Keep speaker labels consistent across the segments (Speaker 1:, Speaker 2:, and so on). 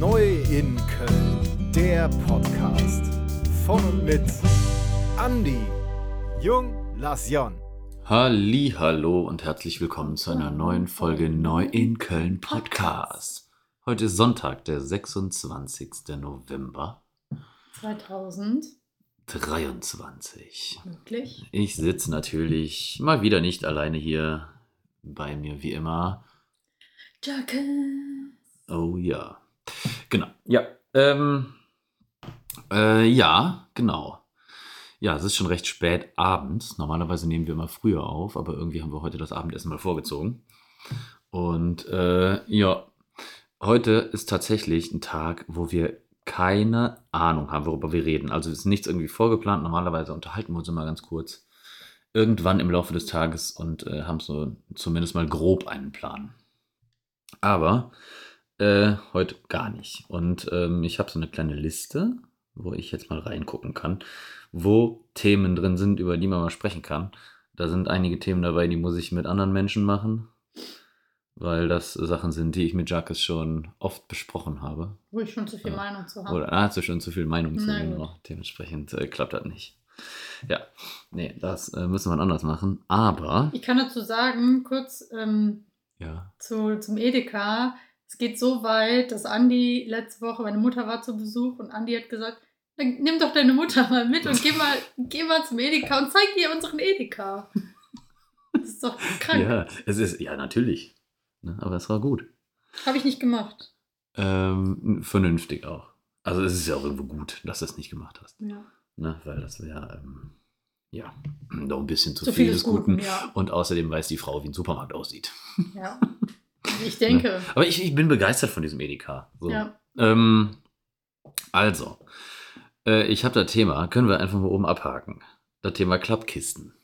Speaker 1: in Köln, der Podcast von und mit Andy Jung Lasjon.
Speaker 2: Halli, hallo und herzlich willkommen zu einer neuen Folge Neu in Köln Podcast. Heute ist Sonntag, der 26. November
Speaker 3: 2000.
Speaker 2: 23.
Speaker 3: Wirklich?
Speaker 2: Ich sitze natürlich mal wieder nicht alleine hier bei mir wie immer.
Speaker 3: Jacke.
Speaker 2: Oh ja. Genau. Ja. Ähm, äh, ja, genau. Ja, es ist schon recht spät abends. Normalerweise nehmen wir immer früher auf, aber irgendwie haben wir heute das Abendessen mal vorgezogen. Und äh, ja, heute ist tatsächlich ein Tag, wo wir keine Ahnung haben, worüber wir reden. Also es ist nichts irgendwie vorgeplant. Normalerweise unterhalten wir uns immer ganz kurz irgendwann im Laufe des Tages und äh, haben so zumindest mal grob einen Plan. Aber äh, heute gar nicht. Und ähm, ich habe so eine kleine Liste, wo ich jetzt mal reingucken kann, wo Themen drin sind, über die man mal sprechen kann. Da sind einige Themen dabei, die muss ich mit anderen Menschen machen, weil das Sachen sind, die ich mit Jacques schon oft besprochen habe.
Speaker 3: Wo ich schon zu viel
Speaker 2: Ja.
Speaker 3: Meinung zu habe.
Speaker 2: Oder ah, hast du schon zu viel Meinung zu
Speaker 3: Na
Speaker 2: nehmen.
Speaker 3: gut.
Speaker 2: Oh, Dementsprechend äh, klappt das nicht. Ja, nee, das äh, müssen wir anders machen. Aber,
Speaker 3: Ich kann dazu sagen, kurz ähm,
Speaker 2: ja,
Speaker 3: zu, zum Edeka. Es geht so weit, dass Andi letzte Woche, meine Mutter war zu Besuch und Andi hat gesagt, dann nimm doch deine Mutter mal mit und geh mal, geh mal zum Edeka und zeig ihr unseren Edeka. Das ist doch krank.
Speaker 2: ja, es ist, ja, natürlich. Ne, aber es war gut.
Speaker 3: Habe ich nicht gemacht.
Speaker 2: Ähm, vernünftig auch. Also es ist ja auch irgendwo gut, dass du es nicht gemacht hast.
Speaker 3: Ja.
Speaker 2: Ne? Weil das wäre, ähm, ja, noch ein bisschen zu,
Speaker 3: Zu
Speaker 2: viel
Speaker 3: viel
Speaker 2: des
Speaker 3: ist Guten.
Speaker 2: Guten.
Speaker 3: Ja.
Speaker 2: Und außerdem weiß die Frau, wie ein Supermarkt aussieht.
Speaker 3: ja. Ich denke.
Speaker 2: Aber ich, ich bin begeistert von diesem Edeka. So.
Speaker 3: Ja.
Speaker 2: Ähm, also, äh, ich habe das Thema, können wir einfach mal oben abhaken. Das Thema Klappkisten.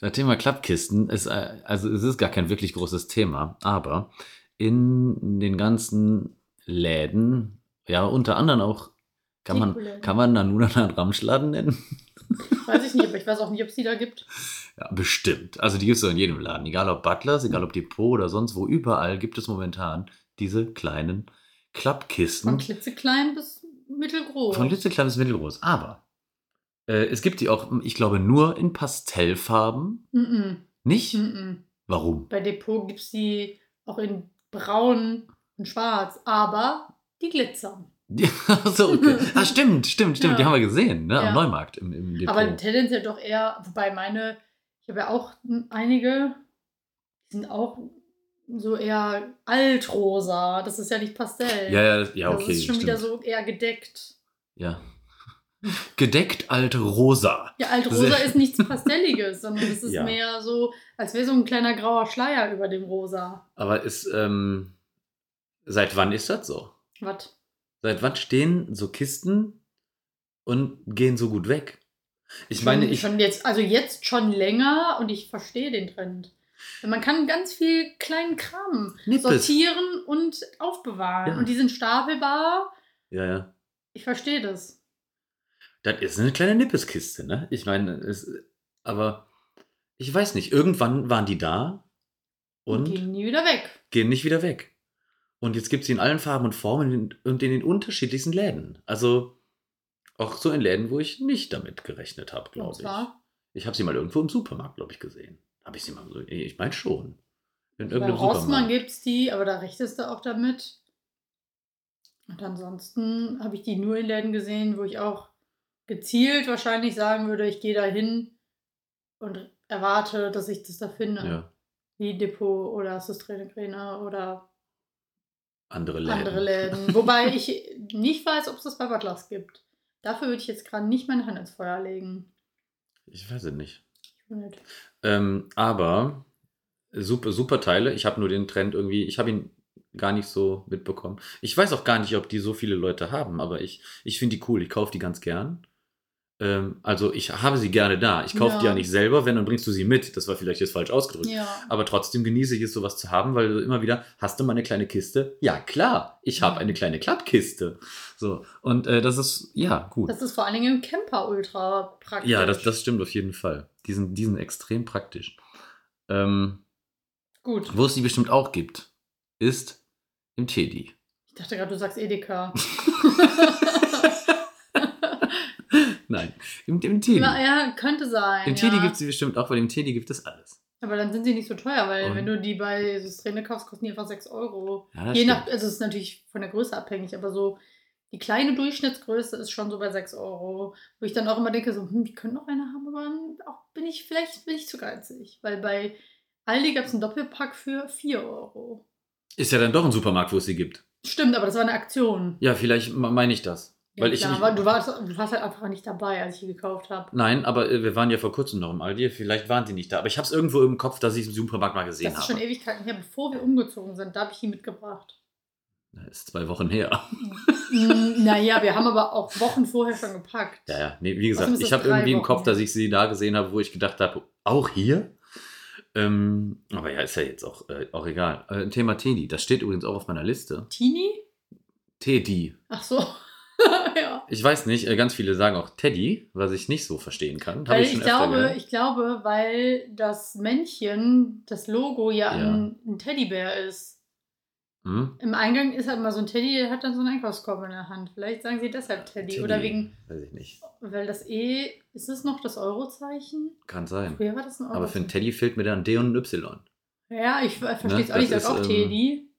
Speaker 2: Das Thema Klappkisten ist, äh, also es ist gar kein wirklich großes Thema, aber in den ganzen Läden, ja, unter anderem auch, kann man,
Speaker 3: Deko-Läden.
Speaker 2: kann man Nanuna Ramschladen nennen?
Speaker 3: Weiß ich nicht, aber ich weiß auch nicht, ob es die da gibt.
Speaker 2: Ja, bestimmt. Also die gibt es doch in jedem Laden. Egal ob Butlers, egal ob Depot oder sonst wo, überall gibt es momentan diese kleinen
Speaker 3: Von
Speaker 2: Klappkisten.
Speaker 3: klitzeklein bis mittelgroß.
Speaker 2: Hm? Von klitzeklein bis mittelgroß. Aber äh, es gibt die auch, ich glaube, nur in Pastellfarben.
Speaker 3: Mhm,
Speaker 2: Nicht?
Speaker 3: mhm.
Speaker 2: Warum?
Speaker 3: Bei Depot gibt es die auch in braun und schwarz, aber die glitzern.
Speaker 2: Ja, so, okay. Ah, stimmt, stimmt, stimmt. Die
Speaker 3: Ja.
Speaker 2: haben wir gesehen, ne?
Speaker 3: Ja.
Speaker 2: Am Neumarkt im, im Depot.
Speaker 3: Aber tendenziell doch eher, wobei meine, ich habe ja auch einige, die sind auch so eher altrosa. Das ist ja nicht Pastell.
Speaker 2: ja, ja, ja, okay.
Speaker 3: das ist schon
Speaker 2: stimmt.
Speaker 3: wieder so eher gedeckt.
Speaker 2: Ja. Gedeckt alt rosa.
Speaker 3: Ja, altrosa
Speaker 2: Sehr-
Speaker 3: ist nichts Pastelliges, sondern es ist
Speaker 2: Ja.
Speaker 3: mehr so, als wäre so ein kleiner grauer Schleier über dem Rosa.
Speaker 2: Aber ist, ähm, seit wann ist das so?
Speaker 3: Was?
Speaker 2: Seit wann stehen so Kisten und gehen so gut weg? Ich meine, ich.
Speaker 3: schon jetzt, also jetzt schon länger und ich verstehe den Trend. Man kann ganz viel kleinen Kram
Speaker 2: Nippes.
Speaker 3: sortieren und aufbewahren.
Speaker 2: Ja.
Speaker 3: Und die sind stapelbar.
Speaker 2: Ja, ja.
Speaker 3: Ich verstehe das.
Speaker 2: Das ist eine kleine Nippeskiste, ne? Ich meine, es, aber ich weiß nicht, irgendwann waren die da und
Speaker 3: gehen nie wieder weg.
Speaker 2: gehen nicht wieder weg. Und jetzt gibt es sie in allen Farben und Formen und in den unterschiedlichsten Läden. Also auch so in Läden, wo ich nicht damit gerechnet habe,
Speaker 3: Und
Speaker 2: glaube ich.
Speaker 3: zwar,
Speaker 2: Ich habe sie mal irgendwo im Supermarkt, glaube ich, gesehen. Habe ich sie mal so? Ich meine schon. In
Speaker 3: bei
Speaker 2: irgendeinem
Speaker 3: Rossmann
Speaker 2: Supermarkt.
Speaker 3: gibt es die, aber da rechtest du auch damit. Und ansonsten habe ich die nur in Läden gesehen, wo ich auch gezielt wahrscheinlich sagen würde, ich gehe da hin und erwarte, dass ich das da finde.
Speaker 2: Ja,
Speaker 3: Wie Depot oder Sustrene Crene oder
Speaker 2: andere Läden.
Speaker 3: andere Läden. Wobei ich nicht weiß, ob es das bei Butlers gibt. Dafür würde ich jetzt gerade nicht meine Hand ins Feuer legen.
Speaker 2: Ich weiß es nicht.
Speaker 3: Ich will nicht.
Speaker 2: Ähm, aber super, super Teile. Ich habe nur den Trend irgendwie, ich habe ihn gar nicht so mitbekommen. Ich weiß auch gar nicht, ob die so viele Leute haben, aber ich, ich finde die cool. Ich kaufe die ganz gern. Ähm, also ich habe sie gerne da. Ich kaufe die
Speaker 3: Ja.
Speaker 2: ja nicht selber, wenn, dann bringst du sie mit. Das war vielleicht jetzt falsch ausgedrückt.
Speaker 3: Ja.
Speaker 2: Aber trotzdem genieße ich es, sowas zu haben, weil du immer wieder, hast du mal eine kleine Kiste? Ja, klar, ich habe eine kleine Klappkiste. So, und äh, das ist, ja, gut.
Speaker 3: Das ist vor allen Dingen im Camper ultra praktisch.
Speaker 2: Ja, das, das stimmt auf jeden Fall. Die sind, die sind extrem praktisch. Ähm,
Speaker 3: Gut.
Speaker 2: wo es die bestimmt auch gibt, ist im Teddy.
Speaker 3: Ich Ich dachte gerade, du sagst Edeka.
Speaker 2: Nein, im, im Teddy.
Speaker 3: Na, ja, könnte sein.
Speaker 2: Im
Speaker 3: ja.
Speaker 2: Teddy gibt es die bestimmt auch, weil im Teddy gibt es alles.
Speaker 3: Aber dann sind sie nicht so teuer, weil
Speaker 2: Und?
Speaker 3: wenn du die bei Systrene kaufst, kosten die einfach 6 Euro.
Speaker 2: Ja, das
Speaker 3: Je
Speaker 2: stimmt.
Speaker 3: nach, also es ist natürlich von der Größe abhängig, aber so die kleine Durchschnittsgröße ist schon so bei 6 Euro. Wo ich dann auch immer denke, so, hm, die können noch eine haben, aber dann auch bin ich, vielleicht bin ich zu geizig. Weil bei Aldi gab es einen Doppelpack für 4 Euro.
Speaker 2: Ist ja dann doch ein Supermarkt, wo es sie gibt.
Speaker 3: Stimmt, aber das war eine Aktion.
Speaker 2: Ja, vielleicht me- meine ich das.
Speaker 3: Ja,
Speaker 2: weil ich
Speaker 3: klar,
Speaker 2: mich,
Speaker 3: aber du, warst, du warst halt einfach nicht dabei, als ich die gekauft habe.
Speaker 2: Nein, aber äh, wir waren ja vor kurzem noch im Aldi. Vielleicht waren die nicht da. Aber ich habe es irgendwo im Kopf, dass ich es im Supermarkt mal gesehen
Speaker 3: Das ist schon
Speaker 2: habe.
Speaker 3: Ewigkeiten her, bevor wir umgezogen sind, da habe ich die mitgebracht. e-
Speaker 2: Das ist zwei Wochen her.
Speaker 3: Mm, naja, wir haben aber auch Wochen vorher schon gepackt.
Speaker 2: Ja, ja. Nee, wie
Speaker 3: Außerdem
Speaker 2: gesagt,
Speaker 3: ist
Speaker 2: ich
Speaker 3: das
Speaker 2: habe
Speaker 3: drei
Speaker 2: irgendwie im
Speaker 3: Wochen
Speaker 2: Kopf,
Speaker 3: her.
Speaker 2: dass ich sie da gesehen habe, wo ich gedacht habe, auch hier? Ähm, aber ja, ist ja jetzt auch, äh, auch egal. Äh, Thema Teddy. Das steht übrigens auch auf meiner Liste.
Speaker 3: Tini?
Speaker 2: Teddy.
Speaker 3: Ach so. ja.
Speaker 2: Ich weiß nicht, äh, ganz viele sagen auch Teddy, was ich nicht so verstehen kann. Hab
Speaker 3: Weil
Speaker 2: ich
Speaker 3: ich,
Speaker 2: schon öfter
Speaker 3: glaube,
Speaker 2: gehört.
Speaker 3: ich glaube, weil das Männchen, das Logo ja,
Speaker 2: Ja.
Speaker 3: Ein, ein Teddybär ist.
Speaker 2: Hm?
Speaker 3: Im Eingang ist halt mal so ein Teddy, der hat dann so einen Einkaufskorb in der Hand. Vielleicht sagen sie deshalb Teddy. Oder wegen,
Speaker 2: Weiß ich nicht.
Speaker 3: weil das E, ist es noch das Eurozeichen?
Speaker 2: Kann sein.
Speaker 3: Früher war das ein Euro.
Speaker 2: Aber für einen Teddy fehlt mir dann D und ein Y.
Speaker 3: Ja, ich äh,
Speaker 2: Ne,
Speaker 3: verstehe es
Speaker 2: das
Speaker 3: auch nicht. Ich sag
Speaker 2: ist,
Speaker 3: auch
Speaker 2: ähm,
Speaker 3: Teddy.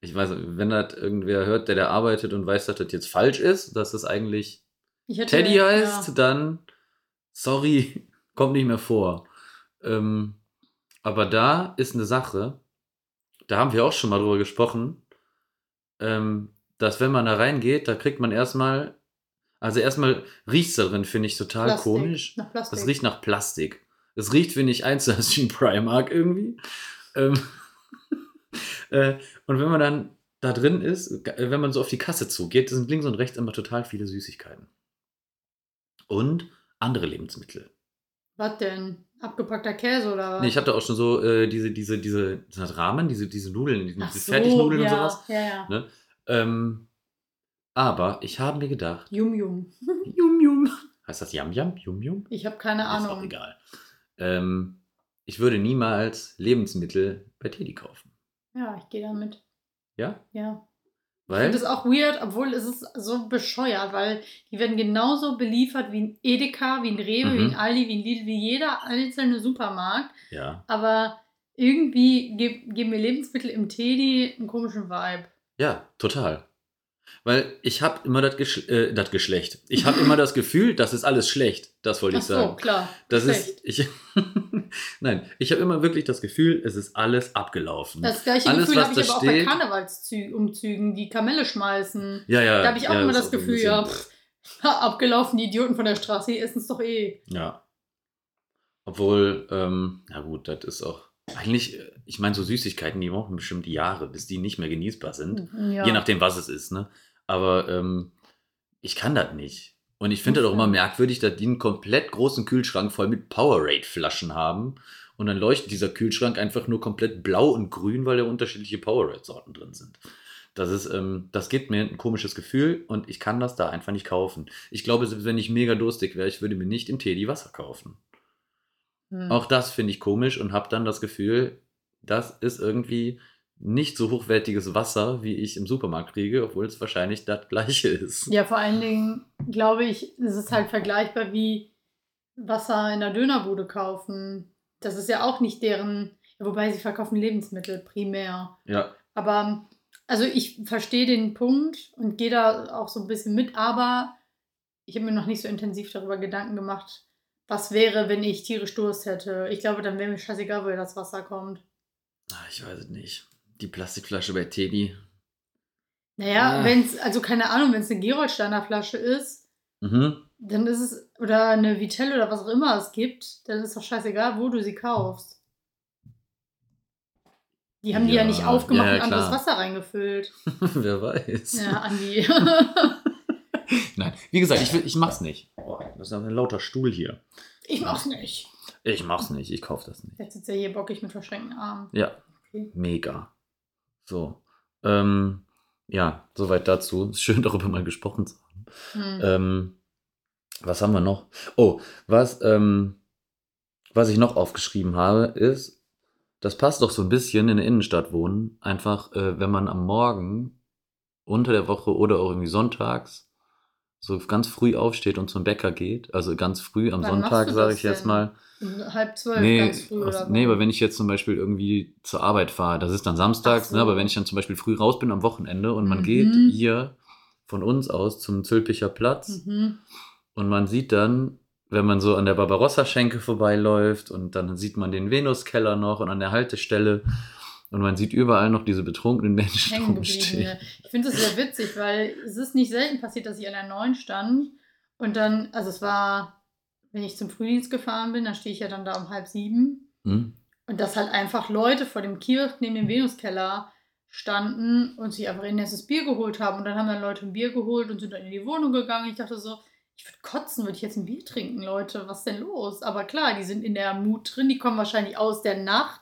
Speaker 2: Ich weiß, wenn das irgendwer hört, der da arbeitet und weiß, dass das jetzt falsch ist, dass das eigentlich
Speaker 3: Ich hätte-
Speaker 2: Teddy
Speaker 3: ja.
Speaker 2: heißt, dann sorry, kommt nicht mehr vor. Ähm, aber da ist eine Sache, da haben wir auch schon mal drüber gesprochen, ähm, dass wenn man da reingeht, da kriegt man erstmal, also erstmal riecht es darin, finde ich total
Speaker 3: Plastik.
Speaker 2: komisch.
Speaker 3: Nach Plastik.
Speaker 2: Es riecht nach Plastik. Es riecht, finde ich, eins, das ist wie ein Primark irgendwie. Ähm, äh, und wenn man dann da drin ist, äh, wenn man so auf die Kasse zugeht, sind links und rechts immer total viele Süßigkeiten. Und andere Lebensmittel.
Speaker 3: Was denn? Abgepackter Käse oder was?
Speaker 2: Nee, ich habe da auch schon so äh, diese, diese, diese, sind das Rahmen, diese, diese Nudeln, diese
Speaker 3: Ach so,
Speaker 2: Fertignudeln
Speaker 3: ja,
Speaker 2: und sowas.
Speaker 3: Ja, ja.
Speaker 2: Ne? Ähm, aber ich habe mir gedacht,
Speaker 3: Yum Yum.
Speaker 2: Yum Yum. Heißt das Yam Yam? Yum Yum?
Speaker 3: Ich habe keine
Speaker 2: Ist auch
Speaker 3: Ahnung.
Speaker 2: egal. Ähm, ich würde niemals Lebensmittel bei Teddy kaufen.
Speaker 3: Ja, ich gehe damit.
Speaker 2: Ja?
Speaker 3: Ja. Ich
Speaker 2: Weil
Speaker 3: finde es auch weird, obwohl es ist so bescheuert, weil die werden genauso beliefert wie ein Edeka, wie ein Rewe,
Speaker 2: Mhm.
Speaker 3: wie ein Aldi, wie ein Lidl, wie jeder einzelne Supermarkt.
Speaker 2: ja.
Speaker 3: Aber irgendwie ge geben mir Lebensmittel im Teddy einen komischen Vibe.
Speaker 2: ja, total. Weil ich habe immer das Geschle äh, das Geschlecht. Ich habe immer das Gefühl, das ist alles schlecht. Das wollte
Speaker 3: Ach
Speaker 2: ich
Speaker 3: so,
Speaker 2: sagen.
Speaker 3: klar.
Speaker 2: Das
Speaker 3: schlecht.
Speaker 2: ist ich Nein, ich habe immer wirklich das Gefühl, es ist alles abgelaufen.
Speaker 3: das gleiche
Speaker 2: alles,
Speaker 3: Gefühl
Speaker 2: was
Speaker 3: habe
Speaker 2: da
Speaker 3: ich aber
Speaker 2: steht-
Speaker 3: auch bei Karnevalsumzügen, die Kamelle schmeißen.
Speaker 2: ja, ja.
Speaker 3: Da habe ich auch
Speaker 2: ja,
Speaker 3: immer
Speaker 2: ist
Speaker 3: das
Speaker 2: auch so ein
Speaker 3: Gefühl,
Speaker 2: bisschen-
Speaker 3: ja, pff, abgelaufen, die Idioten von der Straße, die essen es doch eh.
Speaker 2: Ja. Obwohl, ähm, na gut, das ist auch. Eigentlich, äh, ich meine, so Süßigkeiten, die brauchen bestimmt Jahre, bis die nicht mehr genießbar sind.
Speaker 3: Ja.
Speaker 2: Je nachdem, was es ist, ne? Aber ähm, ich kann das nicht. Und ich finde das auch immer merkwürdig, dass die einen komplett großen Kühlschrank voll mit Powerade-Flaschen haben. Und dann leuchtet dieser Kühlschrank einfach nur komplett blau und grün, weil da unterschiedliche Powerade-Sorten drin sind. Das ist, ähm, das gibt mir ein komisches Gefühl und ich kann das da einfach nicht kaufen. Ich glaube, selbst wenn ich mega durstig wäre, ich würde mir nicht im Teddy Wasser kaufen.
Speaker 3: Hm.
Speaker 2: Auch das finde ich komisch und habe dann das Gefühl, das ist irgendwie nicht so hochwertiges Wasser, wie ich im Supermarkt kriege, obwohl es wahrscheinlich das gleiche ist.
Speaker 3: Ja, vor allen Dingen, glaube ich, ist es halt vergleichbar wie Wasser in der Dönerbude kaufen. Das ist ja auch nicht deren, wobei sie verkaufen Lebensmittel primär.
Speaker 2: Ja,
Speaker 3: Aber also ich verstehe den Punkt und gehe da auch so ein bisschen mit, aber ich habe mir noch nicht so intensiv darüber Gedanken gemacht, was wäre, wenn ich tierisch Durst hätte. Ich glaube, dann wäre mir scheißegal, woher das Wasser kommt.
Speaker 2: Ah, ich weiß es nicht. Die Plastikflasche bei Teddy.
Speaker 3: Naja,
Speaker 2: Ah.
Speaker 3: wenn es, also keine Ahnung, wenn es eine Geroldsteiner Flasche ist,
Speaker 2: Mhm.
Speaker 3: dann ist es, oder eine Vitelle oder was auch immer es gibt, dann ist doch scheißegal, wo du sie kaufst. Die haben die ja
Speaker 2: Ja,
Speaker 3: nicht aufgemacht
Speaker 2: ja, ja,
Speaker 3: und anderes
Speaker 2: klar.
Speaker 3: Wasser reingefüllt.
Speaker 2: Wer weiß.
Speaker 3: Ja, Andi.
Speaker 2: Nein, wie gesagt, ich, will, ich mach's nicht. Oh, das ist aber ein lauter Stuhl hier.
Speaker 3: ich mach's nicht.
Speaker 2: Ich mach's nicht, ich kauf das nicht.
Speaker 3: Jetzt sitzt er hier bockig mit verschränkten Armen.
Speaker 2: Ja.
Speaker 3: Okay.
Speaker 2: Mega. So. Ähm, ja, soweit dazu. Ist schön, darüber mal gesprochen zu haben.
Speaker 3: Hm.
Speaker 2: Ähm, was haben wir noch? Oh, was, ähm, was ich noch aufgeschrieben habe, ist, das passt doch so ein bisschen in der Innenstadt wohnen. Einfach, äh, wenn man am Morgen unter der Woche oder auch irgendwie sonntags so ganz früh aufsteht und zum Bäcker geht, also ganz früh am
Speaker 3: Wann machst
Speaker 2: Sonntag,
Speaker 3: du
Speaker 2: sage
Speaker 3: das
Speaker 2: ich jetzt
Speaker 3: denn?
Speaker 2: mal.
Speaker 3: Halb zwölf
Speaker 2: Nee,
Speaker 3: ganz früh
Speaker 2: aus,
Speaker 3: oder
Speaker 2: nee,
Speaker 3: was?
Speaker 2: aber wenn ich jetzt zum Beispiel irgendwie zur Arbeit fahre, das ist dann samstags,
Speaker 3: Ach so.
Speaker 2: ne, aber wenn ich dann zum Beispiel früh raus bin am Wochenende und man
Speaker 3: Mhm.
Speaker 2: geht hier von uns aus zum Zülpicher Platz
Speaker 3: Mhm.
Speaker 2: und man sieht dann, wenn man so an der Barbarossa-Schenke vorbeiläuft und dann sieht man den Venuskeller noch und an der Haltestelle und man sieht überall noch diese betrunkenen Menschen
Speaker 3: hängen geblieben.
Speaker 2: rumstehen.
Speaker 3: ne? Ich finde das sehr witzig, weil es ist nicht selten passiert, dass ich an der 9 stand und dann, also es war, wenn ich zum Frühdienst gefahren bin, dann stehe ich ja dann da um halb sieben
Speaker 2: Hm?
Speaker 3: und dass halt einfach Leute vor dem Kiosk neben dem Venuskeller standen und sich einfach ihr nächstes Bier geholt haben und dann haben dann Leute ein Bier geholt und sind dann in die Wohnung gegangen. Ich dachte so, ich würde kotzen, würde ich jetzt ein Bier trinken, Leute, was denn los? Aber klar, die sind in der Mut drin, die kommen wahrscheinlich aus der Nacht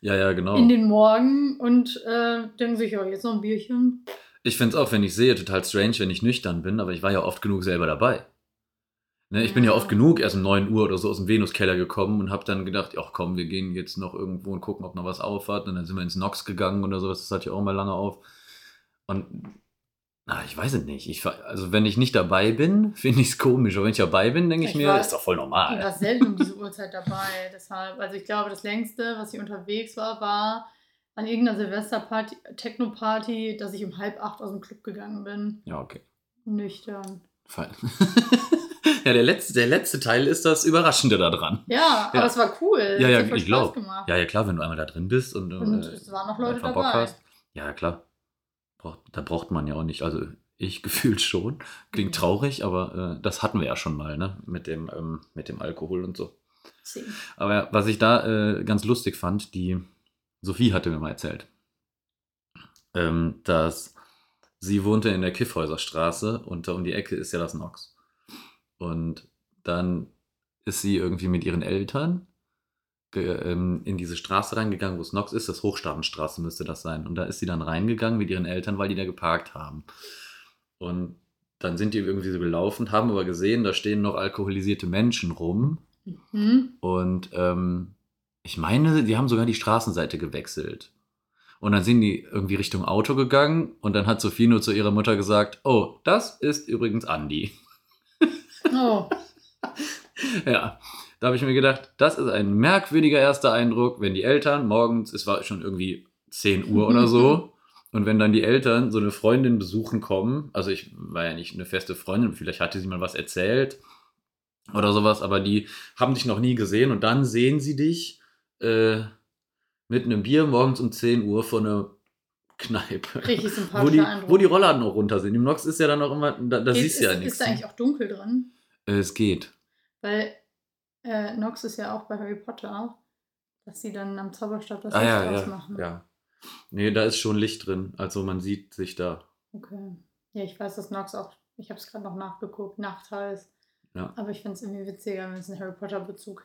Speaker 2: Ja, ja, genau.
Speaker 3: in den Morgen und äh, denken sich, ja, jetzt noch ein Bierchen.
Speaker 2: Ich finde es auch, wenn ich sehe, total strange, wenn ich nüchtern bin, aber ich war ja oft genug selber dabei. Ne, ich bin ja
Speaker 3: Ja.
Speaker 2: oft genug erst um 9 Uhr oder so aus dem Venuskeller gekommen und habe dann gedacht, ach komm, wir gehen jetzt noch irgendwo und gucken, ob noch was aufhat. Und dann sind wir ins Nox gegangen oder sowas, das hat ja auch mal lange auf. Und na, ich weiß es nicht. Ich, ver- also wenn ich nicht dabei bin, finde ich es komisch. Aber wenn ich dabei bin, denke ich,
Speaker 3: Ich
Speaker 2: mir,
Speaker 3: war-
Speaker 2: ist doch voll
Speaker 3: Ich war
Speaker 2: normal.
Speaker 3: selten um diese Uhrzeit dabei. Deshalb, also ich glaube, das längste, was ich unterwegs war, war an irgendeiner Silvesterparty, Techno-Party, dass ich um halb acht aus dem Club gegangen bin.
Speaker 2: Ja, okay.
Speaker 3: Nüchtern.
Speaker 2: Fein. ja, der letzte, der letzte Teil ist das Überraschende daran.
Speaker 3: Ja,
Speaker 2: Ja.
Speaker 3: aber es war cool. Es
Speaker 2: Ja,
Speaker 3: hat
Speaker 2: ja,
Speaker 3: mir voll
Speaker 2: ich
Speaker 3: Spaß
Speaker 2: glaub.
Speaker 3: gemacht.
Speaker 2: Ja, ja, klar, wenn du einmal da drin bist und,
Speaker 3: Und
Speaker 2: äh,
Speaker 3: es waren noch Leute
Speaker 2: einfach
Speaker 3: dabei.
Speaker 2: Bock hast. Ja, ja, klar. Braucht, da braucht man ja auch nicht, also ich gefühlt schon. Klingt
Speaker 3: Mhm.
Speaker 2: traurig, aber äh, das hatten wir ja schon mal, ne? Mit dem, ähm, mit dem Alkohol und so.
Speaker 3: Zehn.
Speaker 2: Aber ja, was ich da äh, ganz lustig fand, die Sophie hatte mir mal erzählt, ähm, dass sie wohnte in der Kiffhäuserstraße und da um die Ecke ist ja das Nox. Und dann ist sie irgendwie mit ihren Eltern ge- ähm, in diese Straße reingegangen, wo es Nox ist, das Hochstappenstraße müsste das sein. Und da ist sie dann reingegangen mit ihren Eltern, weil die da geparkt haben. Und dann sind die irgendwie so gelaufen, haben aber gesehen, da stehen noch alkoholisierte Menschen rum.
Speaker 3: Hm?
Speaker 2: Und ähm, ich meine, die haben sogar die Straßenseite gewechselt. Und dann sind die irgendwie Richtung Auto gegangen und dann hat Sophie nur zu ihrer Mutter gesagt, oh, das ist übrigens Andi.
Speaker 3: Oh,
Speaker 2: Ja, da habe ich mir gedacht, das ist ein merkwürdiger erster Eindruck, wenn die Eltern morgens, es war schon irgendwie 10 Uhr oder so, und wenn dann die Eltern so eine Freundin besuchen kommen, also ich war ja nicht eine feste Freundin, vielleicht hatte sie mal was erzählt oder sowas, aber die haben dich noch nie gesehen und dann sehen sie dich äh, mit einem Bier morgens um 10 Uhr vor einer Kneipe.
Speaker 3: richtig
Speaker 2: Wo die,
Speaker 3: sympathischer Eindruck.
Speaker 2: wo die Rollladen noch runter sind. Im Nox ist ja dann noch immer, da, da
Speaker 3: Geht-
Speaker 2: siehst du ja
Speaker 3: ist,
Speaker 2: nichts. ne?
Speaker 3: Ist da eigentlich auch dunkel drin?
Speaker 2: Äh, es geht.
Speaker 3: Weil äh, Nox ist ja auch bei Harry Potter, dass sie dann am Zauberstab das
Speaker 2: Ah,
Speaker 3: Licht
Speaker 2: ja, ja,
Speaker 3: ausmachen.
Speaker 2: ja. Nee, da ist schon Licht drin. Also man sieht sich da.
Speaker 3: Okay. Ja, ich weiß, dass Nox auch, ich habe es gerade noch nachgeguckt, Nacht heißt.
Speaker 2: Ja.
Speaker 3: Aber ich find's irgendwie witziger, wenn es einen Harry Potter-Bezug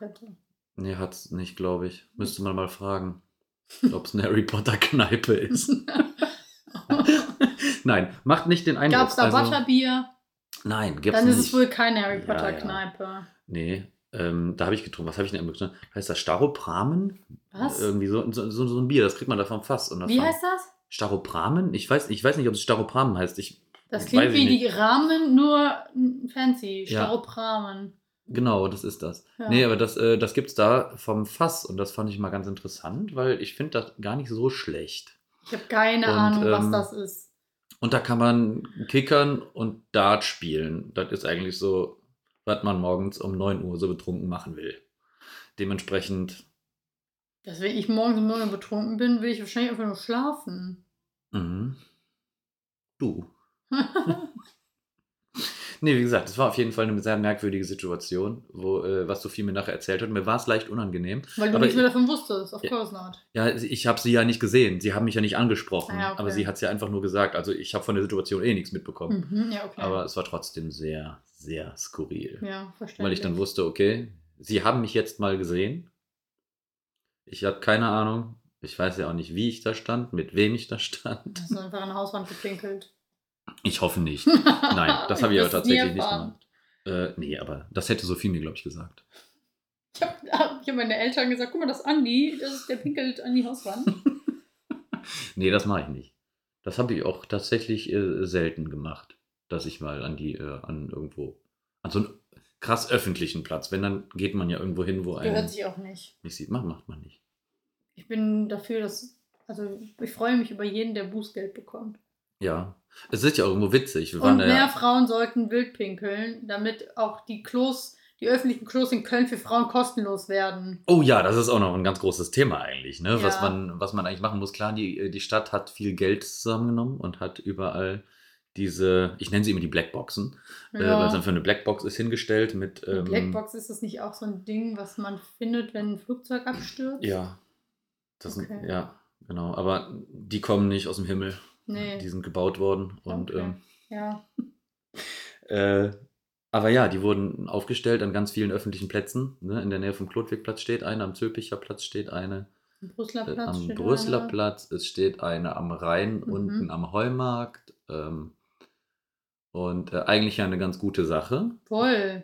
Speaker 3: hätte.
Speaker 2: Nee, hat's nicht, glaube ich. Müsste man mal fragen, ob es eine Harry Potter-Kneipe ist. Nein, macht nicht den Eindruck.
Speaker 3: Gab es da
Speaker 2: also,
Speaker 3: Butterbier?
Speaker 2: Nein, gibt's
Speaker 3: Dann ist
Speaker 2: nicht.
Speaker 3: es wohl keine Harry
Speaker 2: Ja,
Speaker 3: Potter-Kneipe.
Speaker 2: Nee, ähm, da habe ich getrunken. Was habe ich denn immer getrunken? Heißt das Staropramen?
Speaker 3: Was?
Speaker 2: Irgendwie so, so, so so ein Bier, das kriegt man da vom Fass. Und das
Speaker 3: Wie
Speaker 2: war-
Speaker 3: heißt das?
Speaker 2: Staropramen? Ich weiß, ich weiß nicht, ob es Staropramen heißt. Ich,
Speaker 3: Das
Speaker 2: Weiß
Speaker 3: klingt
Speaker 2: ich
Speaker 3: wie
Speaker 2: nicht.
Speaker 3: die Rahmen, nur mm, fancy.
Speaker 2: Ja.
Speaker 3: Staropramen.
Speaker 2: Genau, das ist das.
Speaker 3: Ja.
Speaker 2: Nee, aber das, äh, das gibt es da vom Fass und das fand ich mal ganz interessant, weil ich finde das gar nicht so schlecht.
Speaker 3: Ich habe keine
Speaker 2: Und,
Speaker 3: Ahnung, was
Speaker 2: ähm,
Speaker 3: das ist.
Speaker 2: Und da kann man kickern und Dart spielen. Das ist eigentlich so, was man morgens um 9 Uhr so betrunken machen will. Dementsprechend,
Speaker 3: Dass wenn ich morgens um neun Uhr betrunken bin, will ich wahrscheinlich einfach nur schlafen.
Speaker 2: mhm. du. Nee, wie gesagt, das war auf jeden Fall eine sehr merkwürdige Situation, wo, äh, was Sophie mir nachher erzählt hat. Mir war es leicht unangenehm.
Speaker 3: Weil du
Speaker 2: Aber
Speaker 3: nichts mehr davon wusstest, of
Speaker 2: Ja.
Speaker 3: course not.
Speaker 2: Ja, ich habe sie ja nicht gesehen. Sie haben mich ja nicht angesprochen.
Speaker 3: Ah, ja, okay.
Speaker 2: Aber sie hat es ja einfach nur gesagt. Also ich habe von der Situation eh nichts mitbekommen.
Speaker 3: Mhm, ja, okay.
Speaker 2: Aber es war trotzdem sehr, sehr skurril.
Speaker 3: ja, verständlich.
Speaker 2: weil ich dann wusste, okay, sie haben mich jetzt mal gesehen. Ich habe keine Ahnung. Ich weiß ja auch nicht, wie ich da stand, mit wem ich da stand.
Speaker 3: Hast du einfach an der Hauswand gepinkelt?
Speaker 2: Ich hoffe nicht. Nein, das habe ich
Speaker 3: Ich
Speaker 2: aber
Speaker 3: wirst nie
Speaker 2: tatsächlich nicht
Speaker 3: erfahren.
Speaker 2: gemacht. Äh, nee, aber das hätte Sophie mir, glaube ich, gesagt.
Speaker 3: Ich habe hab ich hab meine Eltern gesagt, guck mal, das ist Andi, das ist, der pinkelt an die Hauswand.
Speaker 2: Nee, das mache ich nicht. Das habe ich auch tatsächlich äh, selten gemacht, dass ich mal an die, äh, an irgendwo, an so einen krass öffentlichen Platz, wenn dann geht man ja irgendwo hin, wo einen
Speaker 3: Gehört sich auch nicht.
Speaker 2: nicht sieht. Macht, macht man nicht.
Speaker 3: Ich bin dafür, dass. Also, ich freue mich über jeden, der Bußgeld bekommt.
Speaker 2: Ja. Es ist ja auch irgendwo witzig. Wir
Speaker 3: Und
Speaker 2: waren da
Speaker 3: mehr
Speaker 2: ja,
Speaker 3: Frauen sollten wild pinkeln, damit auch die Klos, die öffentlichen Klos in Köln für Frauen kostenlos werden.
Speaker 2: Oh ja, das ist auch noch ein ganz großes Thema eigentlich, ne? Was,
Speaker 3: Ja.
Speaker 2: man, was man eigentlich machen muss. Klar, die, äh, die Stadt hat viel Geld zusammengenommen und hat überall diese, ich nenne sie immer die Blackboxen, äh, weil es
Speaker 3: Ja.
Speaker 2: einfach eine Blackbox ist hingestellt mit.
Speaker 3: Die
Speaker 2: Ähm,
Speaker 3: Genau. Blackbox ist das nicht auch so ein Ding, was man findet, wenn ein Flugzeug abstürzt?
Speaker 2: Ja. Das sind,
Speaker 3: Okay.
Speaker 2: ja, genau. Aber die kommen nicht aus dem Himmel.
Speaker 3: Nee.
Speaker 2: Die sind gebaut worden. Und
Speaker 3: Okay.
Speaker 2: ähm,
Speaker 3: Ja.
Speaker 2: Äh, aber ja, die wurden aufgestellt an ganz vielen öffentlichen Plätzen. Ne? In der Nähe vom Klotwigplatz steht eine, am Zülpicher Platz steht eine,
Speaker 3: Am Brüsseler
Speaker 2: äh,
Speaker 3: Platz.
Speaker 2: am
Speaker 3: steht
Speaker 2: Brüsseler
Speaker 3: einer.
Speaker 2: Platz, es steht eine am Rhein,
Speaker 3: Mhm.
Speaker 2: unten am Heumarkt. Ähm, und äh, eigentlich ja eine ganz gute Sache.
Speaker 3: Voll.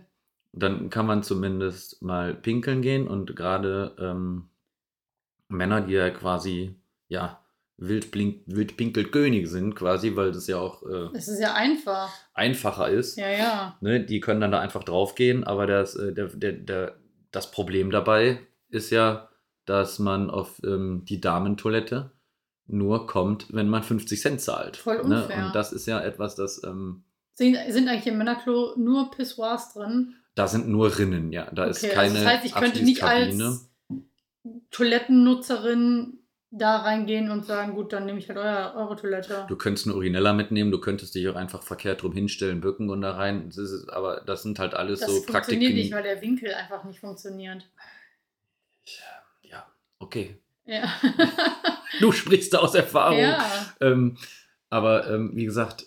Speaker 2: Dann kann man zumindest mal pinkeln gehen und gerade ähm, Männer, die ja quasi, ja, Wildblink- Wildpinkelkönige sind quasi, weil das ja auch äh,
Speaker 3: Es ist ja einfach.
Speaker 2: einfacher ist.
Speaker 3: Ja, ja.
Speaker 2: Ne, die können dann da einfach draufgehen, aber das, äh, der, der, der, das Problem dabei ist ja, dass man auf ähm, die Damentoilette nur kommt, wenn man 50 Cent zahlt. Ne,
Speaker 3: Voll unfair.
Speaker 2: Und das ist ja etwas, das, ähm,
Speaker 3: Sind, sind eigentlich im Männerklo nur Pissoirs drin? also
Speaker 2: da sind nur Rinnen, ja. Da ist keine
Speaker 3: das heißt, ich könnte nicht
Speaker 2: Abschließkabine.
Speaker 3: als Toilettennutzerin da reingehen und sagen, gut, dann nehme ich halt euer, eure Toilette.
Speaker 2: Du könntest eine Urinella mitnehmen, du könntest dich auch einfach verkehrt drum hinstellen, bücken und da rein. Das ist, aber das sind halt alles
Speaker 3: das
Speaker 2: so
Speaker 3: funktioniert
Speaker 2: Praktiken.
Speaker 3: nicht, weil der Winkel einfach nicht funktioniert.
Speaker 2: ja, okay.
Speaker 3: Ja.
Speaker 2: Du sprichst da aus Erfahrung.
Speaker 3: ja.
Speaker 2: Ähm, aber ähm, wie gesagt,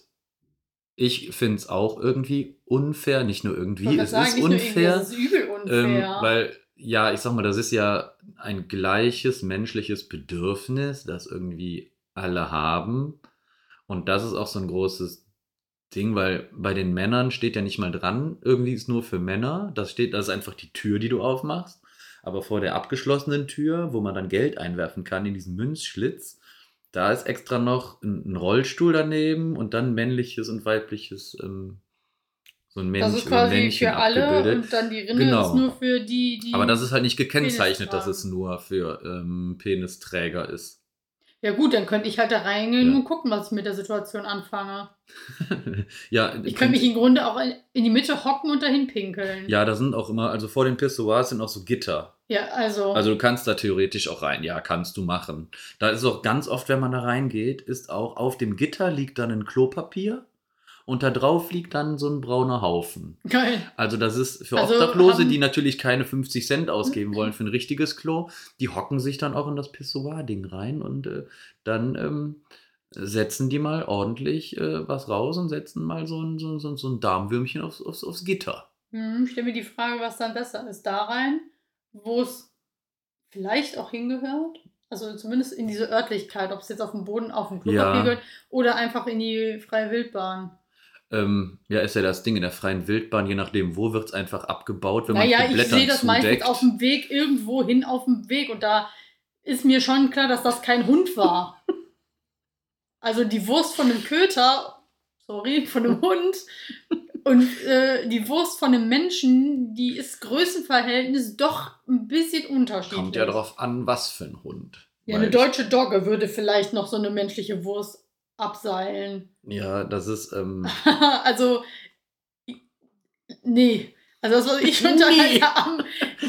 Speaker 2: ich finde es auch irgendwie unfair, nicht nur irgendwie,
Speaker 3: Wollte
Speaker 2: es
Speaker 3: sagen,
Speaker 2: ist
Speaker 3: nicht nur irgendwie,
Speaker 2: unfair,
Speaker 3: Das ist übel
Speaker 2: ähm,
Speaker 3: unfair.
Speaker 2: weil ja, ich sag mal, das ist ja ein gleiches menschliches Bedürfnis, das irgendwie alle haben. Und das ist auch so ein großes Ding, weil bei den Männern steht ja nicht mal dran, irgendwie ist nur für Männer. Das steht, das ist einfach die Tür, die du aufmachst. Aber vor der abgeschlossenen Tür, wo man dann Geld einwerfen kann in diesen Münzschlitz, da ist extra noch ein, ein Rollstuhl daneben und dann männliches und weibliches, ähm, so ein Mensch,
Speaker 3: das ist
Speaker 2: so ein
Speaker 3: quasi
Speaker 2: Männchen
Speaker 3: für alle
Speaker 2: abgebildet.
Speaker 3: und dann die Rinde
Speaker 2: Genau.
Speaker 3: ist nur für die, die.
Speaker 2: Aber das ist halt nicht gekennzeichnet,
Speaker 3: Penis
Speaker 2: dass
Speaker 3: tragen.
Speaker 2: es nur für ähm, Penisträger ist.
Speaker 3: ja, gut, dann könnte ich halt da reingehen
Speaker 2: Ja.
Speaker 3: und gucken, was ich mit der Situation anfange.
Speaker 2: ja, äh,
Speaker 3: Ich könnte mich im Grunde auch in in die Mitte hocken und dahin pinkeln.
Speaker 2: ja, da sind auch immer, also vor den Pissoirs sind auch so Gitter.
Speaker 3: Ja, also.
Speaker 2: Also du kannst da theoretisch auch rein. Ja, kannst du machen. Da ist auch ganz oft, wenn man da reingeht, ist auch auf dem Gitter liegt dann ein Klopapier und da drauf liegt dann so ein brauner Haufen.
Speaker 3: geil.
Speaker 2: Also das ist für
Speaker 3: Also
Speaker 2: Obdachlose,
Speaker 3: haben-
Speaker 2: die natürlich keine 50 Cent ausgeben wollen für ein richtiges Klo, die hocken sich dann auch in das Pissoir-Ding rein und äh, dann ähm, setzen die mal ordentlich äh, was raus und setzen mal so ein, so, ein- so, ein- so ein Darmwürmchen aufs, aufs, aufs Gitter.
Speaker 3: Hm, ich stelle mir die Frage, was dann besser ist. Da rein, wo es vielleicht auch hingehört. Also zumindest in diese Örtlichkeit, ob es jetzt auf dem Boden, auf dem Klopapier
Speaker 2: Ja.
Speaker 3: gehört oder einfach in die freie Wildbahn.
Speaker 2: Ähm, ja, ist ja das Ding in der freien Wildbahn, je nachdem, wo wird es einfach abgebaut, wenn
Speaker 3: naja,
Speaker 2: man die
Speaker 3: ich
Speaker 2: Blätter
Speaker 3: sehe das meistens
Speaker 2: zudeckt.
Speaker 3: auf dem Weg irgendwo hin auf dem Weg und da ist mir schon klar, dass das kein Hund war. also die Wurst von einem Köter, sorry, von einem Hund und äh, die Wurst von einem Menschen, die ist Größenverhältnis doch ein bisschen unterschiedlich.
Speaker 2: Kommt ja drauf an, was für ein Hund.
Speaker 3: Ja,
Speaker 2: Weil
Speaker 3: eine
Speaker 2: ich-
Speaker 3: deutsche Dogge würde vielleicht noch so eine menschliche Wurst abseilen.
Speaker 2: Ja, das ist... Ähm,
Speaker 3: also, nee. Also das, was ich unter
Speaker 2: Nee.
Speaker 3: am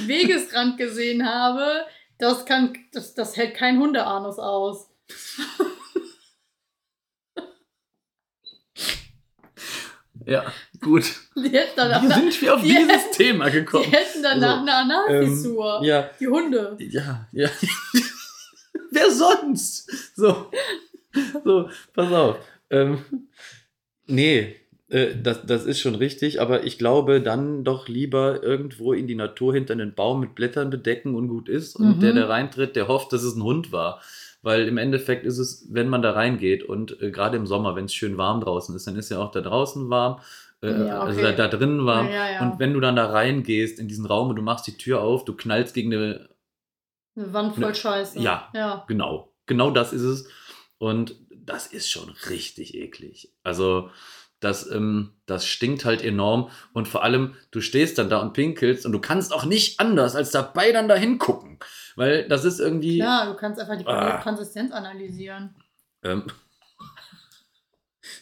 Speaker 3: Wegesrand gesehen habe, das kann, das, das hält kein Hundeanus aus.
Speaker 2: ja, gut.
Speaker 3: Die hätten
Speaker 2: Wie
Speaker 3: danach,
Speaker 2: sind wir auf
Speaker 3: Also, Ja.
Speaker 2: dieses Thema
Speaker 3: die
Speaker 2: gekommen?
Speaker 3: hätten danach
Speaker 2: Also,
Speaker 3: eine Analfissur.
Speaker 2: Ähm, ja,
Speaker 3: Die Hunde.
Speaker 2: Ja, ja. Wer sonst? So, so pass auf. Ähm, nee, äh, das, das ist schon richtig, aber ich glaube, dann doch lieber irgendwo in die Natur hinter einen Baum mit Blättern bedecken und gut ist. Und
Speaker 3: Mhm.
Speaker 2: der, der reintritt, der hofft, dass es ein Hund war. Weil im Endeffekt ist es, wenn man da reingeht und äh, gerade im Sommer, wenn es schön warm draußen ist, dann ist ja auch da draußen warm, äh,
Speaker 3: Ja,
Speaker 2: also
Speaker 3: okay.
Speaker 2: da, da drinnen warm.
Speaker 3: ja, ja.
Speaker 2: Und wenn du dann da reingehst in diesen Raum und du machst die Tür auf, du knallst gegen eine
Speaker 3: eine Wand voll Scheiße.
Speaker 2: ne, Ja.
Speaker 3: ja.
Speaker 2: Genau, genau das ist es. Und das ist schon richtig eklig. Also das, ähm, das stinkt halt enorm und vor allem, du stehst dann da und pinkelst und du kannst auch nicht anders, als dabei dann da hingucken, weil das ist irgendwie...
Speaker 3: Ja, du kannst einfach die
Speaker 2: Ah.
Speaker 3: Konsistenz analysieren.
Speaker 2: Ähm,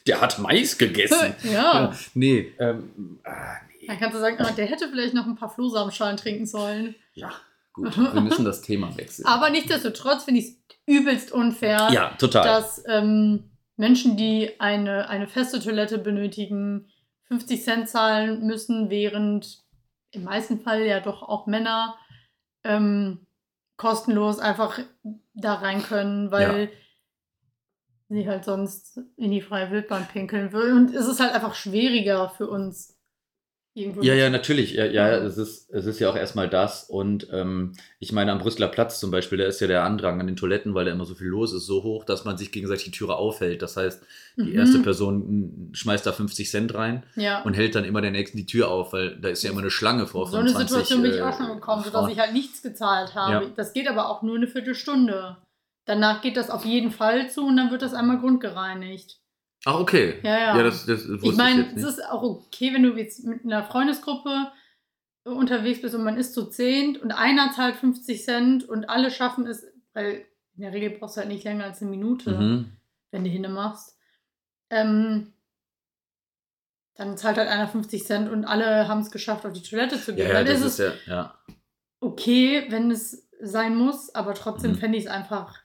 Speaker 2: der hat Mais gegessen.
Speaker 3: Ja.
Speaker 2: Nee, ähm, ah, nee.
Speaker 3: Dann kannst du sagen, ah, der hätte vielleicht noch ein paar Flohsamenschalen trinken sollen.
Speaker 2: Ja, gut, wir müssen das Thema wechseln.
Speaker 3: Aber nichtsdestotrotz finde ich es übelst unfair,
Speaker 2: ja, total.
Speaker 3: dass ähm, Menschen, die eine, eine feste Toilette benötigen, 50 Cent zahlen müssen, während im meisten Fall ja doch auch Männer ähm, kostenlos einfach da rein können, weil sie halt sonst in die freie Wildbahn pinkeln würden. Und es ist halt einfach schwieriger für uns. Irgendwo
Speaker 2: Ja, ja, natürlich. Ja, ja
Speaker 3: Mhm.
Speaker 2: es, ist, es ist ja auch erstmal das. Und ähm, ich meine, am Brüsseler Platz zum Beispiel, da ist ja der Andrang an den Toiletten, weil da immer so viel los ist, so hoch, dass man sich gegenseitig die Türe aufhält. Das heißt, die
Speaker 3: Mhm.
Speaker 2: erste Person mh, schmeißt da 50 Cent rein
Speaker 3: Ja.
Speaker 2: und hält dann immer der nächsten die Tür auf, weil da ist ja immer eine Schlange vor.
Speaker 3: so eine
Speaker 2: 25,
Speaker 3: Situation bin ich auch
Speaker 2: äh,
Speaker 3: schon gekommen, sodass
Speaker 2: Frauen.
Speaker 3: ich halt nichts gezahlt habe.
Speaker 2: Ja.
Speaker 3: Das geht aber auch nur eine Viertelstunde. Danach geht das auf jeden Fall zu und dann wird das einmal grundgereinigt.
Speaker 2: Ach, okay.
Speaker 3: Ja, ja.
Speaker 2: das, das wusste
Speaker 3: ich meine,
Speaker 2: jetzt
Speaker 3: es
Speaker 2: nicht.
Speaker 3: ist auch okay, wenn du jetzt mit einer Freundesgruppe äh, unterwegs bist und man ist zu zehnt und einer zahlt 50 Cent und alle schaffen es, weil in der Regel brauchst du halt nicht länger als eine Minute,
Speaker 2: Mhm.
Speaker 3: wenn du hinne machst. Ähm, dann zahlt halt einer 50 Cent und alle haben es geschafft, auf die Toilette zu gehen.
Speaker 2: Ja, ja,
Speaker 3: äh, dann
Speaker 2: das
Speaker 3: ist es
Speaker 2: ist ja. ja.
Speaker 3: okay, wenn es sein muss, aber trotzdem
Speaker 2: Mhm.
Speaker 3: fände ich es einfach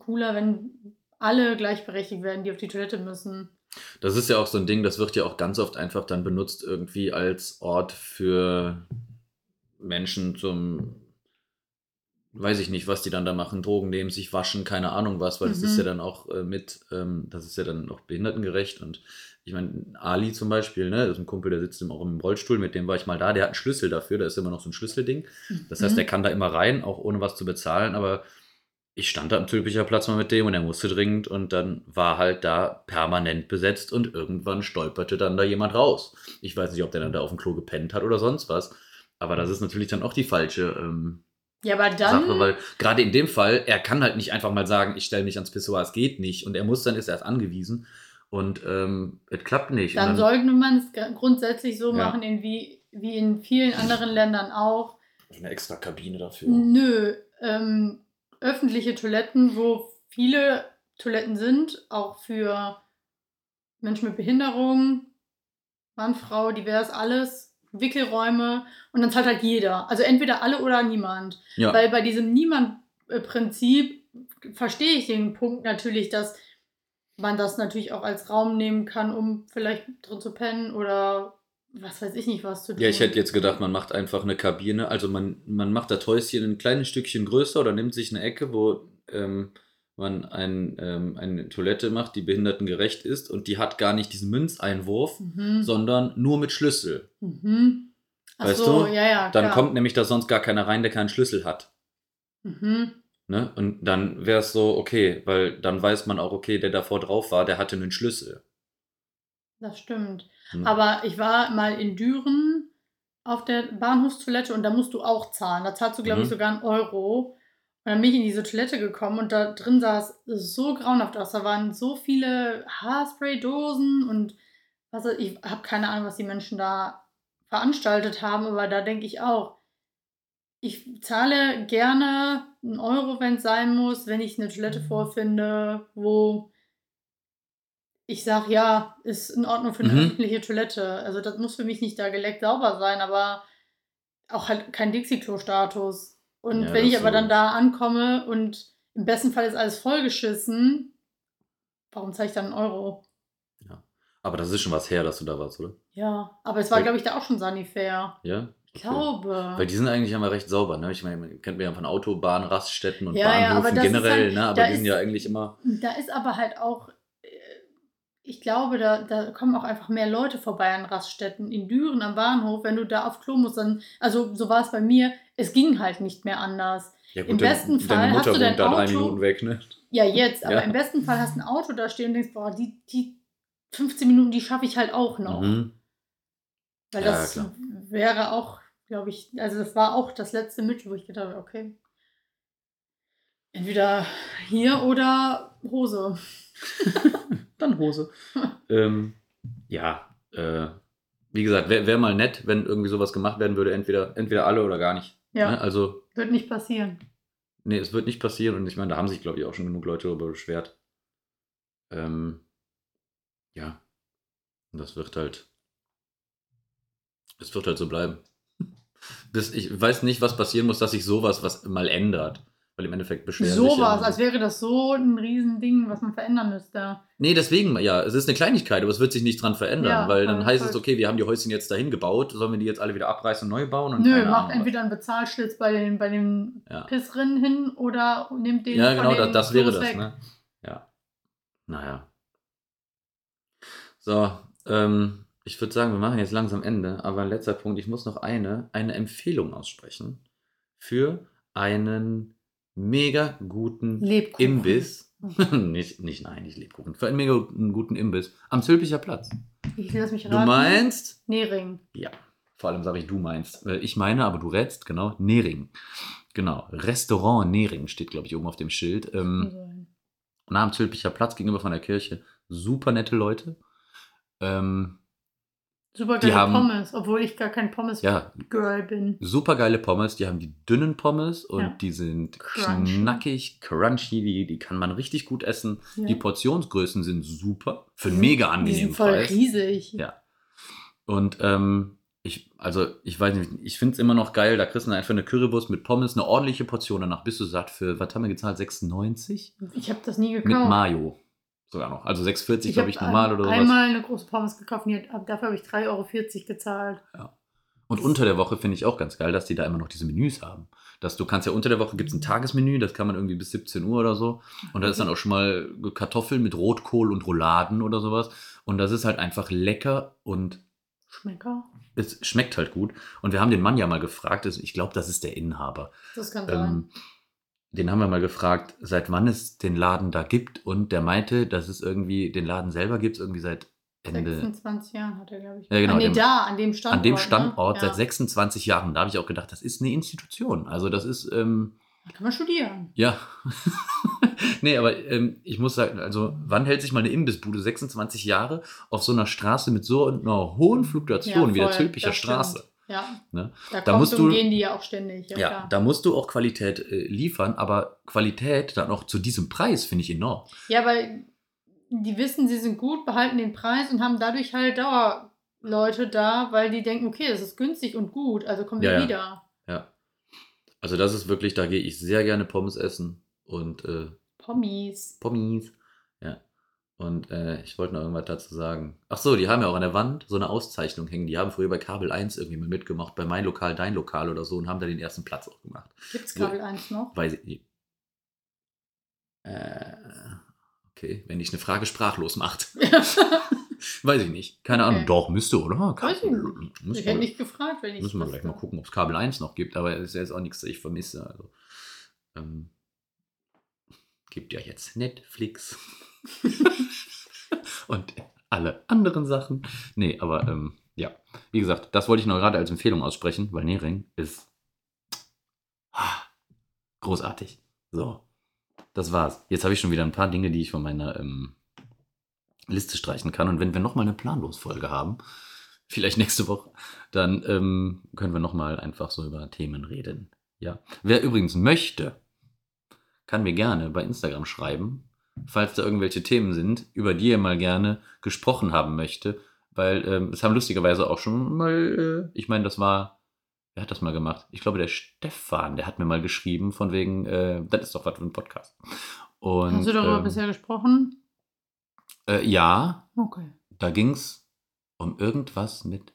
Speaker 3: cooler, wenn alle gleichberechtigt werden, die auf die Toilette müssen.
Speaker 2: Das ist ja auch so ein Ding, das wird ja auch ganz oft einfach dann benutzt, irgendwie als Ort für Menschen zum, weiß ich nicht, was die dann da machen, Drogen nehmen, sich waschen, keine Ahnung was, weil das
Speaker 3: Mhm.
Speaker 2: ist ja dann auch äh, mit, ähm, das ist ja dann auch behindertengerecht und ich meine, Ali zum Beispiel, ne, das ist ein Kumpel, der sitzt im- auch im Rollstuhl, mit dem war ich mal da, der hat einen Schlüssel dafür, da ist immer noch so ein Schlüsselding. Das heißt, der kann da immer rein, auch ohne was zu bezahlen, aber ich stand da am Zülpicher Platz mal mit dem und er musste dringend und dann war halt da permanent besetzt und irgendwann stolperte dann da jemand raus. Ich weiß nicht, ob der dann da auf dem Klo gepennt hat oder sonst was, aber das ist natürlich dann auch die falsche ähm,
Speaker 3: Ja, aber dann.
Speaker 2: Sache, weil gerade in dem Fall, er kann halt nicht einfach mal sagen, ich stelle mich ans Pissoir, es geht nicht und er muss dann, ist erst angewiesen und ähm, es klappt nicht.
Speaker 3: Dann
Speaker 2: und
Speaker 3: sollte man es gr- grundsätzlich so
Speaker 2: Ja.
Speaker 3: machen, in wie, wie in vielen anderen Ländern auch.
Speaker 2: eine extra Kabine dafür.
Speaker 3: Nö, ähm, öffentliche Toiletten, wo viele Toiletten sind, auch für Menschen mit Behinderung, Mann, Frau, divers, alles, Wickelräume und dann zahlt halt jeder. Also entweder alle oder niemand.
Speaker 2: Ja.
Speaker 3: Weil bei diesem Niemand-Prinzip verstehe ich den Punkt natürlich, dass man das natürlich auch als Raum nehmen kann, um vielleicht drin zu pennen oder was weiß ich nicht, was zu tun.
Speaker 2: Ja, ich hätte jetzt gedacht, man macht einfach eine Kabine. Also man, man macht das Häuschen ein kleines Stückchen größer oder nimmt sich eine Ecke, wo ähm, man ein, ähm, eine Toilette macht, die behindertengerecht ist und die hat gar nicht diesen Münzeinwurf,
Speaker 3: Mhm.
Speaker 2: sondern nur mit Schlüssel.
Speaker 3: Mhm. Ach
Speaker 2: Weißt
Speaker 3: so,
Speaker 2: du?
Speaker 3: ja, ja.
Speaker 2: Dann
Speaker 3: klar.
Speaker 2: kommt nämlich da sonst gar keiner rein, der keinen Schlüssel hat.
Speaker 3: Mhm.
Speaker 2: Ne? Und dann wäre es so, okay, weil dann weiß man auch, okay, der davor drauf war, der hatte einen Schlüssel.
Speaker 3: Das stimmt.
Speaker 2: Ne?
Speaker 3: Aber ich war mal in Düren auf der Bahnhofstoilette und da musst du auch zahlen. Da zahlst du, glaube
Speaker 2: Mhm.
Speaker 3: ich, sogar einen Euro. Und dann bin ich in diese Toilette gekommen und da drin sah es so grauenhaft aus. Da waren so viele Haarspray-Dosen und was weiß ich habe keine Ahnung, was die Menschen da veranstaltet haben, aber da denke ich auch, ich zahle gerne einen Euro, wenn es sein muss, wenn ich eine
Speaker 2: Mhm.
Speaker 3: Toilette vorfinde, wo ich sage, ja, ist in Ordnung für eine
Speaker 2: Mhm.
Speaker 3: öffentliche Toilette. Also das muss für mich nicht da geleckt sauber sein, aber auch halt kein Dixie-Klo-Status. Und
Speaker 2: Ja,
Speaker 3: wenn ich
Speaker 2: das
Speaker 3: aber
Speaker 2: so.
Speaker 3: dann da ankomme und im besten Fall ist alles vollgeschissen, warum zahle ich dann einen Euro?
Speaker 2: Aber das ist schon was her, dass du da warst, oder?
Speaker 3: Ja, aber es war,
Speaker 2: Weil-
Speaker 3: glaube ich, da auch schon sanitär.
Speaker 2: Ja?
Speaker 3: Ich glaube.
Speaker 2: Weil die sind eigentlich immer recht sauber, ne? Ich meine, man kennt man ja von Autobahnen, Raststätten und
Speaker 3: Ja, ja, aber
Speaker 2: Bahnhöfen
Speaker 3: das ist
Speaker 2: generell,
Speaker 3: halt-
Speaker 2: ne?
Speaker 3: da
Speaker 2: Aber die sind
Speaker 3: ist-
Speaker 2: ja eigentlich immer.
Speaker 3: Da ist aber halt auch, äh, ich glaube, da, da kommen auch einfach mehr Leute vorbei an Raststätten. In Düren am Bahnhof, wenn du da auf Klo musst, dann, also so war es bei mir, es ging halt nicht mehr anders.
Speaker 2: Ja,
Speaker 3: Im besten Fall
Speaker 2: deine
Speaker 3: hast
Speaker 2: Mutter
Speaker 3: du dein
Speaker 2: wohnt da drei
Speaker 3: Auto-
Speaker 2: Minuten weg, ne?
Speaker 3: Ja, jetzt, aber
Speaker 2: Ja.
Speaker 3: im besten Fall hast du ein Auto da stehen und denkst, boah, die, die 15 Minuten, die schaffe ich halt auch noch.
Speaker 2: Mhm.
Speaker 3: Weil
Speaker 2: Ja,
Speaker 3: das
Speaker 2: klar.
Speaker 3: wäre auch, glaube ich, also das war auch das letzte Mittel, wo ich gedacht habe, okay, entweder hier oder Hose.
Speaker 2: Dann Hose. ähm, ja, äh, wie gesagt, wäre wär mal nett, wenn irgendwie sowas gemacht werden würde, entweder, entweder alle oder gar nicht.
Speaker 3: Ja,
Speaker 2: Ne? Also,
Speaker 3: wird nicht passieren.
Speaker 2: nee, es wird nicht passieren und ich meine, da haben sich, glaube ich, auch schon genug Leute darüber beschwert. Ähm, ja, und das wird halt, es wird halt so bleiben. Bis, ich weiß nicht, was passieren muss, dass sich sowas was mal ändert. Weil im Endeffekt beschweren sich ja
Speaker 3: Sowas,
Speaker 2: nur-
Speaker 3: als wäre das so ein Riesending, was man verändern müsste.
Speaker 2: Nee, deswegen, ja, es ist eine Kleinigkeit, aber es wird sich nichts dran verändern,
Speaker 3: Ja,
Speaker 2: weil dann
Speaker 3: voll,
Speaker 2: heißt
Speaker 3: voll.
Speaker 2: es, okay, wir haben die Häuschen jetzt dahin gebaut, sollen wir die jetzt alle wieder abreißen und neu bauen? Und
Speaker 3: Nö,
Speaker 2: keine
Speaker 3: macht
Speaker 2: Ahnung,
Speaker 3: entweder einen Bezahlschlitz bei den, bei den
Speaker 2: was. Ja,
Speaker 3: Pissrinnen hin oder nehmt den.
Speaker 2: ja
Speaker 3: von
Speaker 2: genau, das,
Speaker 3: den
Speaker 2: das wäre
Speaker 3: Klos
Speaker 2: das,
Speaker 3: weg.
Speaker 2: ne? Ja. Naja. So, ähm, ich würde sagen, wir machen jetzt langsam Ende, aber ein letzter Punkt, ich muss noch eine, eine Empfehlung aussprechen für einen mega guten
Speaker 3: Lebkuchen.
Speaker 2: Imbiss. nicht, nicht, nein, nicht Lebkuchen, für einen mega guten, guten Imbiss am Zülpicher Platz.
Speaker 3: Ich lass mich raten.
Speaker 2: Du meinst?
Speaker 3: Nering.
Speaker 2: Ja, vor allem sage ich, du meinst. Äh, Ich meine, aber du rätst, genau, Nering. Genau, Restaurant Nering steht, glaube ich, oben auf dem Schild.
Speaker 3: Mhm.
Speaker 2: Ähm, und am Zülpicher Platz gegenüber von der Kirche. Super nette Leute. Ähm,
Speaker 3: Super
Speaker 2: Die haben-
Speaker 3: geile Pommes, obwohl ich gar kein Pommes-Girl
Speaker 2: ja,
Speaker 3: bin.
Speaker 2: super geile Pommes. Die haben die dünnen Pommes und
Speaker 3: Ja.
Speaker 2: die sind
Speaker 3: Crunchy.
Speaker 2: knackig, crunchy. Die, die kann man richtig gut essen.
Speaker 3: Ja.
Speaker 2: Die Portionsgrößen sind super. Für einen mega
Speaker 3: Die
Speaker 2: angenehmen
Speaker 3: sind voll
Speaker 2: Preis.
Speaker 3: riesig.
Speaker 2: Ja. Und ähm, ich, also ich weiß nicht, ich finde es immer noch geil, da kriegst du einfach eine Currywurst mit Pommes, eine ordentliche Portion, danach bist du satt für, was haben wir gezahlt, 96?
Speaker 3: Ich habe das nie gekauft.
Speaker 2: Mit Mayo sogar noch, also 6,40 glaube
Speaker 3: Genau. hab
Speaker 2: ich normal
Speaker 3: ein-
Speaker 2: oder sowas.
Speaker 3: einmal eine große Pommes gekauft und die hat- dafür habe ich 3,40 Euro gezahlt.
Speaker 2: Und unter der Woche finde ich auch ganz geil, dass die da immer noch diese Menüs haben. Dass du kannst ja unter der Woche gibt es ein Tagesmenü, das kann man irgendwie bis 17 Uhr oder so. Und da ist dann auch schon mal Kartoffeln mit Rotkohl und Rouladen oder sowas. Und das ist halt einfach lecker und
Speaker 3: Schmecker?
Speaker 2: es schmeckt halt gut. Und wir haben den Mann ja mal gefragt, also ich glaube, das ist der Inhaber.
Speaker 3: Das kann sein.
Speaker 2: Ähm, den haben wir mal gefragt, seit wann es den Laden da gibt. Und der meinte, dass es irgendwie, den Laden selber gibt es irgendwie seit Ende.
Speaker 3: 26 Jahren hat er, glaube ich.
Speaker 2: Ja, genau,
Speaker 3: Ah, nee,
Speaker 2: dem-
Speaker 3: da, an dem Standort.
Speaker 2: An dem
Speaker 3: ne?
Speaker 2: Standort
Speaker 3: ja.
Speaker 2: seit 26 Jahren. Da habe ich auch gedacht, das ist eine Institution. Also das ist, ähm,
Speaker 3: Da kann man studieren.
Speaker 2: ja. nee, aber ähm, ich muss sagen, also wann hält sich mal eine Imbissbude 26 Jahre auf so einer Straße mit so einer hohen Fluktuation
Speaker 3: Ja,
Speaker 2: wie der
Speaker 3: voll,
Speaker 2: Zülpicher
Speaker 3: das stimmt.
Speaker 2: Straße?
Speaker 3: Ja.
Speaker 2: Ne?
Speaker 3: Da,
Speaker 2: Da
Speaker 3: kommt
Speaker 2: musst
Speaker 3: und
Speaker 2: du-
Speaker 3: gehen die ja auch ständig. Ja,
Speaker 2: Ja,
Speaker 3: klar.
Speaker 2: da musst du auch Qualität äh, liefern, aber Qualität dann auch zu diesem Preis finde ich enorm.
Speaker 3: ja, weil die wissen, sie sind gut, behalten den Preis und haben dadurch halt Dauerleute da, weil die denken, okay, das ist günstig und gut, also kommen
Speaker 2: Ja,
Speaker 3: wir
Speaker 2: ja.
Speaker 3: wieder.
Speaker 2: Ja. Also das ist wirklich, da gehe ich sehr gerne Pommes essen und äh,
Speaker 3: Pommes.
Speaker 2: Pommes. Ja. Und äh, ich wollte noch irgendwas dazu sagen. Ach so, die haben ja auch an der Wand so eine Auszeichnung hängen. Die haben früher bei Kabel 1 irgendwie mal mitgemacht, bei Mein Lokal, Dein Lokal oder so und haben da den ersten Platz auch gemacht.
Speaker 3: Gibt's
Speaker 2: Wo-
Speaker 3: Kabel 1 noch?
Speaker 2: Weiß ich nicht. Äh, okay, wenn dich eine Frage sprachlos macht. Weiß ich nicht. Keine
Speaker 3: Okay.
Speaker 2: Ahnung. Doch, müsste, oder?
Speaker 3: Weiß ich nicht.
Speaker 2: Müsste
Speaker 3: ich hätte
Speaker 2: wohl.
Speaker 3: nicht gefragt, wenn ich.
Speaker 2: Müssen wir gleich
Speaker 3: wüsste.
Speaker 2: mal gucken, ob es Kabel 1 noch gibt, aber es ist jetzt auch nichts, das ich vermisse. Also, ähm, gibt ja jetzt Netflix und alle anderen Sachen. Nee, aber ähm, ja, wie gesagt, das wollte ich noch gerade als Empfehlung aussprechen, weil Nering ist ah, großartig. So, das war's. Jetzt habe ich schon wieder ein paar Dinge, die ich von meiner ähm, Liste streichen kann. Und wenn wir nochmal eine Planlosfolge haben, vielleicht nächste Woche, dann ähm, können wir nochmal einfach so über Themen reden. Ja. Wer übrigens möchte, kann mir gerne bei Instagram schreiben, falls da irgendwelche Themen sind, über die ihr mal gerne gesprochen haben möchte. Weil ähm, es haben lustigerweise auch schon mal, äh, ich meine, das war, wer hat das mal gemacht? Ich glaube, der Stefan, der hat mir mal geschrieben, von wegen, äh, das ist doch was für ein Podcast. Und,
Speaker 3: Hast du darüber
Speaker 2: ähm,
Speaker 3: bisher gesprochen?
Speaker 2: Äh, ja,
Speaker 3: Okay.
Speaker 2: da ging es um irgendwas mit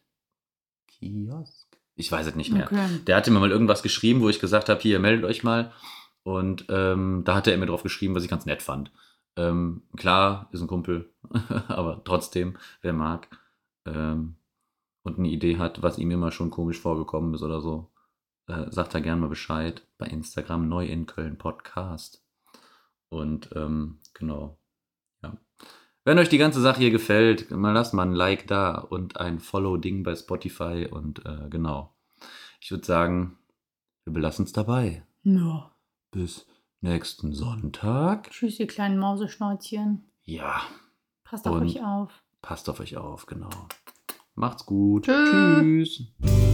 Speaker 2: Kiosk. Ich weiß es nicht mehr.
Speaker 3: okay.
Speaker 2: Der hatte mir mal irgendwas geschrieben, wo ich gesagt habe, hier, meldet euch mal. Und ähm, da hat er mir drauf geschrieben, was ich ganz nett fand. Ähm, klar, ist ein Kumpel, aber trotzdem, wer mag ähm, und eine Idee hat, was ihm immer schon komisch vorgekommen ist oder so, äh, sagt da gerne mal Bescheid bei Instagram neu in Köln Podcast. Und ähm, genau, ja. Wenn euch die ganze Sache hier gefällt, mal lasst mal ein Like da und ein Follow-Ding bei Spotify und äh, genau. Ich würde sagen, wir belassen es dabei.
Speaker 3: Ja.
Speaker 2: Bis nächsten Sonntag.
Speaker 3: Tschüss, ihr kleinen Mauseschnäuzchen.
Speaker 2: Ja,
Speaker 3: Passt auf
Speaker 2: Und-
Speaker 3: euch auf.
Speaker 2: passt auf euch auf, genau. Macht's gut.
Speaker 3: Tschö.
Speaker 2: Tschüss.